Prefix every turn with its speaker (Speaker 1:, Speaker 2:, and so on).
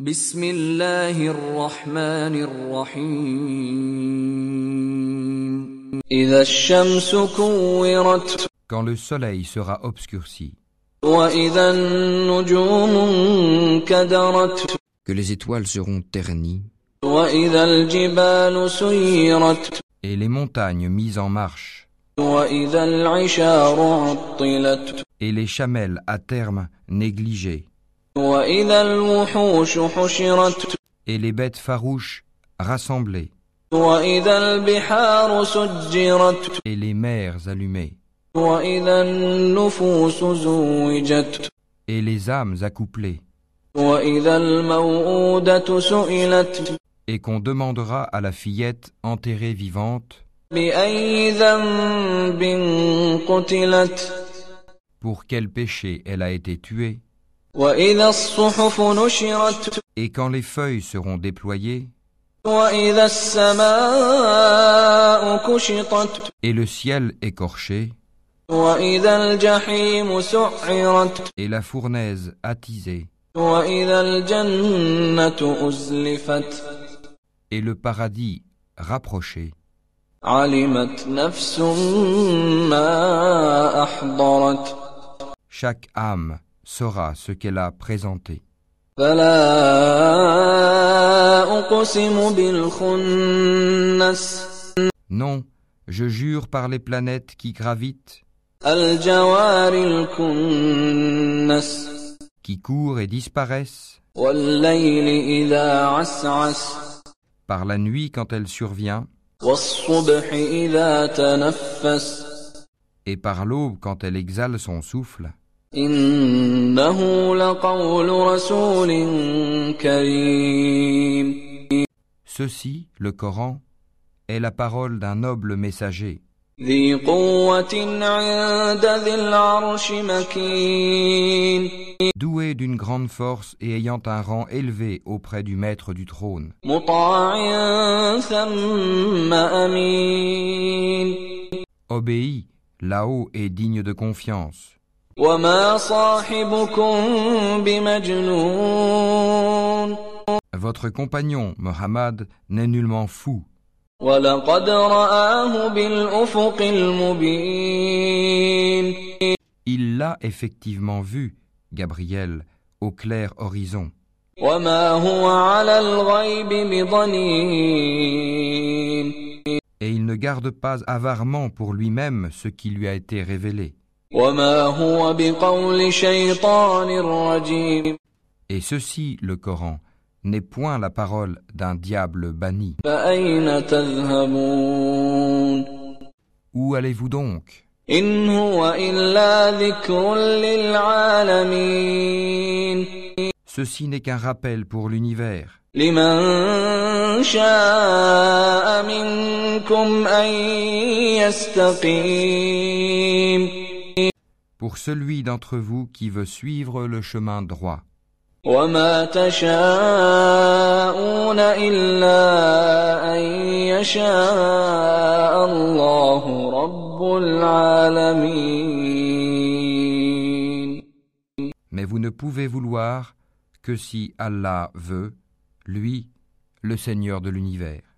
Speaker 1: بسم الله الرحمن الرحيم إذا الشمس كورت
Speaker 2: quand le soleil sera obscurci,
Speaker 1: وإذا النجوم انكدرت
Speaker 3: que les étoiles seront ternies,
Speaker 1: وإذا الجبال سيرت
Speaker 2: et les montagnes mises en marche,
Speaker 1: وإذا العشار عطلت
Speaker 2: et les chamelles à terme négligées,
Speaker 1: وإذا الوحوش حشرت
Speaker 2: et les bêtes farouches rassemblées,
Speaker 1: وإذا البحار سجرت
Speaker 2: et les mers allumées,
Speaker 1: وإذا النفوس زوجت
Speaker 2: et les âmes accouplées,
Speaker 1: وإذا الموءودة سئلت
Speaker 2: et qu'on demandera à la fillette enterrée vivante
Speaker 1: بأي ذنب قتلت
Speaker 2: pour quel péché elle a été tuée,
Speaker 1: وإذا الصحف نشرت
Speaker 2: et quand les feuilles seront déployées,
Speaker 1: وإذا السماء كشطت
Speaker 2: et le ciel écorché,
Speaker 1: وإذا الجحيم سعرت
Speaker 2: et la fournaise attisée,
Speaker 1: وإذا الجنة أزلفت
Speaker 2: et le paradis rapproché.
Speaker 1: علمت نفس ما أحضرت
Speaker 2: Chaque âme saura ce qu'elle a présenté.
Speaker 1: فلا أقسم بالخنس
Speaker 2: Non, je jure par les planètes qui gravitent,
Speaker 1: الجوار الكنس
Speaker 2: qui courent et disparaissent,
Speaker 1: والليل إذا عسعس
Speaker 2: par la nuit quand elle survient,
Speaker 1: والصبح إذا تنفس
Speaker 2: et par l'aube quand elle exhale son souffle,
Speaker 1: إنه لقول رسول كريم
Speaker 2: ceci, le Coran, est la parole d'un noble messager,
Speaker 1: ذي قوة عند ذي العرش مكين
Speaker 2: doué d'une grande force et ayant un rang élevé auprès du maître du trône,
Speaker 1: مطاع ثم أمين
Speaker 2: obéi, là-haut et digne de confiance.
Speaker 1: وما صاحبكم بمجنون
Speaker 2: Votre compagnon, Mohammed, n'est nullement fou.
Speaker 1: ولقد رآه بالأفق المبين
Speaker 2: Il l'a effectivement vu, Gabriel, au clair horizon.
Speaker 1: وما هو على الغيب بضنين
Speaker 2: Et il ne garde pas avarement pour lui-même ce qui lui a été révélé.
Speaker 1: وما هو بقول شيطان رجيم
Speaker 2: Et ceci, le Coran, n'est point la parole d'un diable banni.
Speaker 1: فأين تذهبون
Speaker 2: Où allez-vous donc
Speaker 1: إن هو إلا ذكر للعالمين
Speaker 2: Ceci n'est qu'un rappel pour l'univers,
Speaker 1: لمن شاء منكم أن يستقيم
Speaker 2: pour celui d'entre vous qui veut suivre le chemin droit.
Speaker 1: وما تشاءون إلا أن يشاء الله رب العالمين
Speaker 2: Mais vous ne pouvez vouloir que si Allah veut, lui, le Seigneur de l'univers.